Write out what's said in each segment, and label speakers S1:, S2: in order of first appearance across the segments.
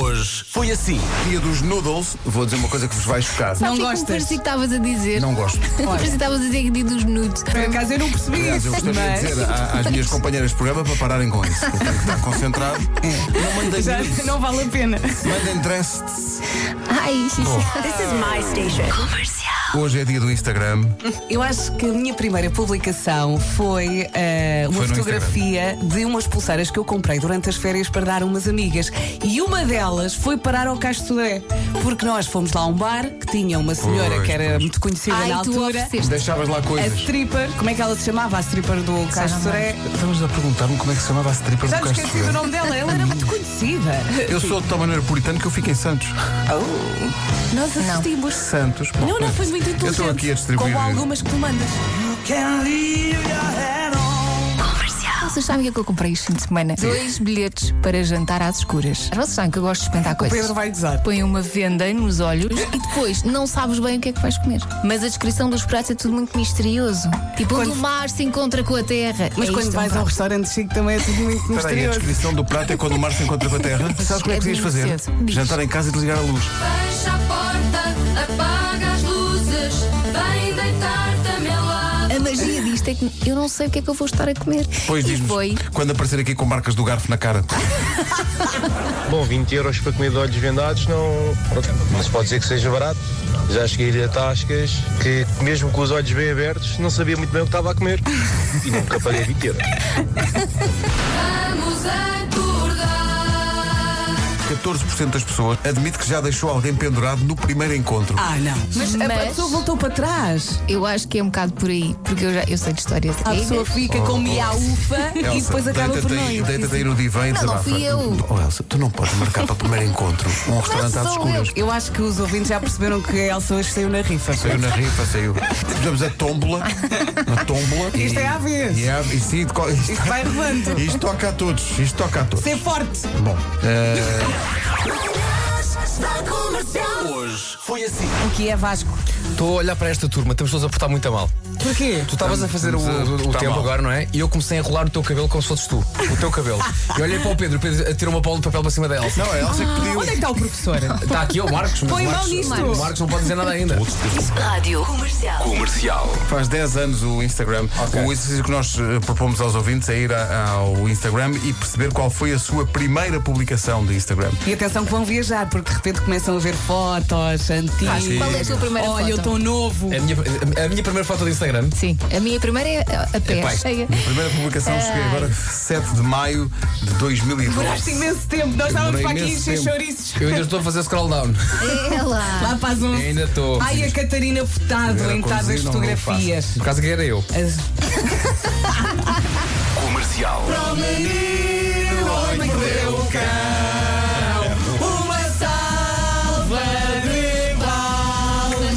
S1: Hoje foi assim.
S2: Dia dos noodles, vou dizer uma coisa que vos vai chocar.
S3: O
S4: Não
S3: que é que me
S4: gostas?
S3: parecia que estavas a dizer?
S2: Não gosto.
S3: Parecia que estavas a dizer que dia dos nudes.
S4: Por acaso eu é não percebi
S2: Aliás, eu
S4: isso.
S2: gostaria de dizer à- às minhas companheiras de programa para pararem com isso. Eu tenho que estar concentrado. Não mandem
S4: Já
S2: nudes,
S4: não vale a pena.
S2: mandem dressed.
S3: Ai,
S5: This is my station.
S2: Hoje é dia do Instagram.
S4: Eu acho que a minha primeira publicação foi eh, uma
S2: Foi no
S4: fotografia de umas pulseiras que eu comprei durante as férias para dar a umas amigas. E uma delas foi parar ao Castro Sodré, porque nós fomos lá a um bar que tinha uma senhora
S2: Pois,
S4: que era
S2: pois.
S4: muito conhecida
S3: ai,
S4: na
S3: tu
S4: altura.
S3: ofereceste.
S2: Deixavas lá
S4: A
S2: coisas.
S4: stripper, como é que ela se chamava? A stripper do Castro Sodré.
S2: Estamos a perguntar-me como é que se chamava a stripper
S4: Já
S2: do
S4: me
S2: Castro
S4: esqueci do
S2: Verde.
S4: nome dela, ela era muito conhecida.
S2: Eu sou de tal maneira puritano que eu fico em Santos.
S4: Nós assistimos.
S2: Santos. bom,
S4: Não, não, foi muito inteligente.
S2: Eu estou aqui a distribuir.
S4: Como algumas que tu mandas.
S3: Vocês sabem o que é que eu comprei este fim de semana? Dois bilhetes para jantar às escuras. Vocês sabem que eu gosto de experimentar coisas.
S4: Pedro vai usar.
S3: Põe uma venda nos olhos e depois não sabes bem o que é que vais comer. Mas a descrição dos pratos é tudo muito misterioso. Tipo, onde
S4: Quando-
S3: o mar se encontra com a terra.
S4: Mas
S3: É
S4: quando
S3: isto,
S4: vais
S3: um
S4: ao
S3: prato.
S4: restaurante chique também é tudo muito
S2: Espera aí, a
S4: misterioso.
S2: descrição do prato é quando o mar se encontra com a terra. Sabes como é que devias fazer?
S3: Cedo. Diz.
S2: Jantar em casa e desligar a luz.
S6: Fecha a porta, apaga as luzes, vem deitar-te a meu lado.
S3: A magia disto é que eu não sei o que é que eu vou estar a comer.
S2: Pois
S3: e
S2: diz-nos,
S3: foi.
S2: quando aparecer aqui com marcas do garfo na cara.
S7: Bom, 20 euros para comer de olhos vendados não. pronto, Não se pode dizer que seja barato. Já cheguei a tascas que, mesmo com os olhos bem abertos, não sabia muito bem o que estava a comer. E nunca paguei 20 euros.
S6: Vamos acordar.
S2: 14% das pessoas admite que já deixou alguém pendurado no primeiro encontro.
S4: Ah, não. Mas, a- a
S3: Mas-
S4: pessoa voltou para trás.
S3: Eu acho que é um bocado por aí, porque eu já eu sei de histórias.
S4: A
S3: É-
S4: pessoa fica com miaufa e
S2: Oh, Elsa,
S4: depois acaba por
S2: deita-te
S4: não
S2: aí-
S4: ir.
S2: Deita-te aí no divã e
S3: Não, não
S2: desabafa.
S3: fui eu.
S2: Oh, Elsa, tu não podes marcar para o primeiro encontro um restaurante às
S3: sou
S2: escuras.
S4: Eu acho que os ouvintes já perceberam que a Elsa hoje saiu na rifa.
S2: Saiu na rifa, saiu. Fizemos a tómbola. A tómbola.
S4: Isto
S2: e-
S4: é à vez.
S2: E, é à- e sim, de co- isto,
S4: Vai levando.
S2: isto toca a todos. Isto toca a todos.
S4: Ser forte.
S2: Bom, eh,
S1: Hoje foi assim.
S4: O que é Vasco?
S8: Estou a olhar para esta turma, estamos todos a portar muito a mal.
S4: Porquê?
S2: tá-
S8: Tu estavas a fazer o,
S2: estamos a
S8: o
S2: portar
S8: tempo
S2: mal.
S8: agora, não é? E eu comecei a enrolar o teu cabelo como se fosses tu. O teu cabelo. E olhei para o Pedro, o Pedro tirou uma bola de papel para cima dela.
S2: não, a Elsa é que pediu.
S4: Onde é que está o professor?
S8: Está aqui o Marcos, mas
S4: Põe
S8: o
S4: mão
S8: Marcos,
S4: nisto.
S8: o Marcos não pode dizer nada ainda.
S5: Rádio Comercial.
S1: Comercial.
S2: Faz 10 anos o Instagram. O exercício que nós eh, propomos aos ouvintes é ir a- ao Instagram e perceber qual foi a sua primeira publicação do Instagram.
S4: E atenção que vão viajar, porque de repente começam a ver fotos antigas.
S2: sim. É Qual é
S3: a tua primeira
S4: Olha, eu
S3: foto?
S4: estou novo.
S8: A minha, a minha primeira foto do Instagram.
S3: Sim, a minha primeira é a- a pé.
S8: Epá, isto-
S3: Chega.
S2: A primeira publicação
S4: Eh.
S2: cheguei agora 7 de maio de 2012.
S4: Demoraste imenso tempo. Nós estávamos
S2: Demorei
S4: para aqui
S2: imenso
S4: encher
S2: tempo.
S4: chouriços.
S8: Eu ainda estou a fazer scroll down.
S3: É lá.
S4: Lá para as 11.
S8: Ainda estou.
S4: Ai, a Catarina votado
S2: Era
S4: em metade das
S2: conduzir, não- não
S4: fotografias.
S8: Por causa que era eu.
S4: As-
S1: Comercial.
S4: Uma salva de palmas.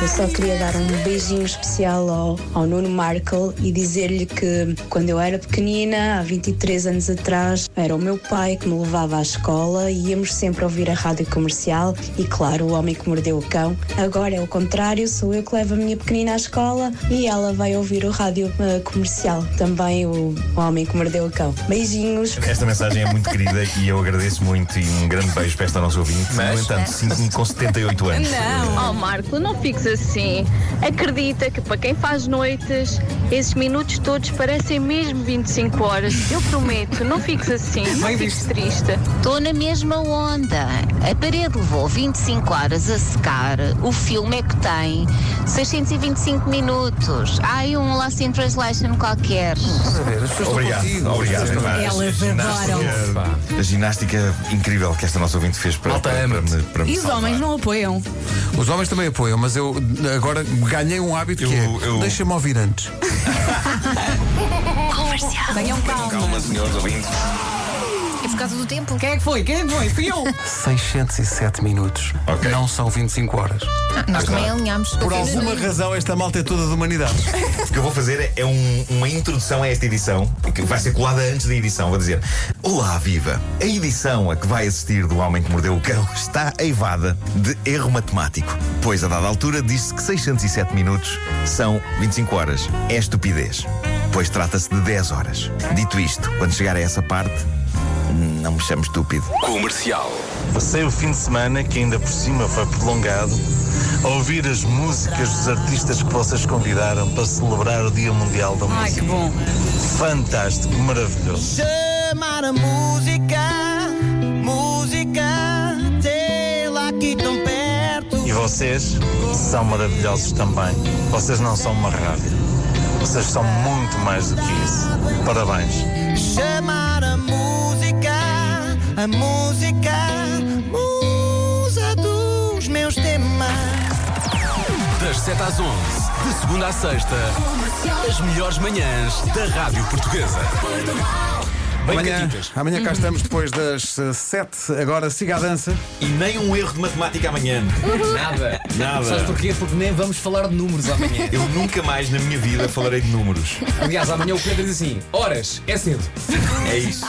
S9: Eu só queria dar um beijinho especial ao, ao Nuno Markle e dizer-lhe que quando eu era pequenina, há 23 anos atrás, era o meu pai que me levava à escola e íamos sempre ouvir a rádio comercial e, claro, o homem que mordeu o cão. Agora é o contrário, sou eu que levo a minha pequenina à escola e ela vai ouvir o rádio eh, comercial, também o, o homem que mordeu o cão. Beijinhos.
S10: Esta mensagem é muito querida e eu agradeço muito e um grande beijo para esta nossa ouvinte. no entanto, sinto-me com 78 anos.
S11: Oh Marco, não fiques assim. Acredita que para quem faz noites, esses minutos todos parecem mesmo 25 horas. Eu prometo, não fiques assim, não fiques triste.
S12: Estou na mesma onda. A parede levou 25 horas a secar. O filme é que tem 625 minutos. Há aí um Lost in Translation qualquer.
S10: Obrigado, obrigado. pá.
S4: Elas adoram.
S10: A ginástica incrível que esta nossa ouvinte fez para,
S8: Malta
S10: para, para,
S8: ama-te.
S10: me, para me
S4: E os
S10: salvar.
S4: homens não apoiam.
S2: Os homens também apoiam, mas eu agora ganhei um hábito que
S10: Eu-
S2: é
S10: eu-
S2: deixa-me ouvir antes.
S4: Tenham calma.
S10: Calma, senhores ouvintes.
S3: É por causa do tempo.
S4: Quem é que foi? Quem é que foi? Fui eu.
S2: 607 minutos.
S10: Ok.
S2: Não são 25 horas.
S3: Ah, nós
S8: Tá.
S3: também alinhámos.
S2: Por alguma razão, esta malta é toda de humanidade.
S10: O que eu vou fazer é um- uma introdução a esta edição, que vai ser colada antes da edição. Vou dizer: Olá, viva! A edição a que vai assistir do Homem que Mordeu o Cão está aivada de erro matemático, pois a dada altura diz-se que 607 minutos são 25 horas. É estupidez, pois trata-se de 10 horas. Dito isto, quando chegar a essa parte,
S13: Não me chame estúpido.
S6: Comercial.
S10: Passei o fim de semana, que ainda por cima foi prolongado, a ouvir as músicas dos artistas que vocês convidaram para celebrar o Dia Mundial da Música.
S4: Ai, que bom.
S10: Fantástico, maravilhoso.
S4: Chamar a música, música, tê-la aqui tão perto.
S10: E vocês são maravilhosos também. Vocês não são uma rádio. Vocês são muito mais do que isso. Parabéns.
S4: Chamar a música, a música, musa dos meus temas.
S6: Das 7 às 11, de segunda à sexta, as melhores manhãs da Rádio Portuguesa.
S2: Amanhã, amanhã cá estamos depois das 7. Agora siga a dança.
S13: E nem um erro de matemática amanhã.
S8: Nada.
S13: Nada.
S8: Sabes porquê? Porque nem vamos falar de números amanhã.
S13: Eu nunca mais na minha vida falarei de números.
S8: Aliás, amanhã o Pedro diz assim: horas, é cedo.
S13: É isso.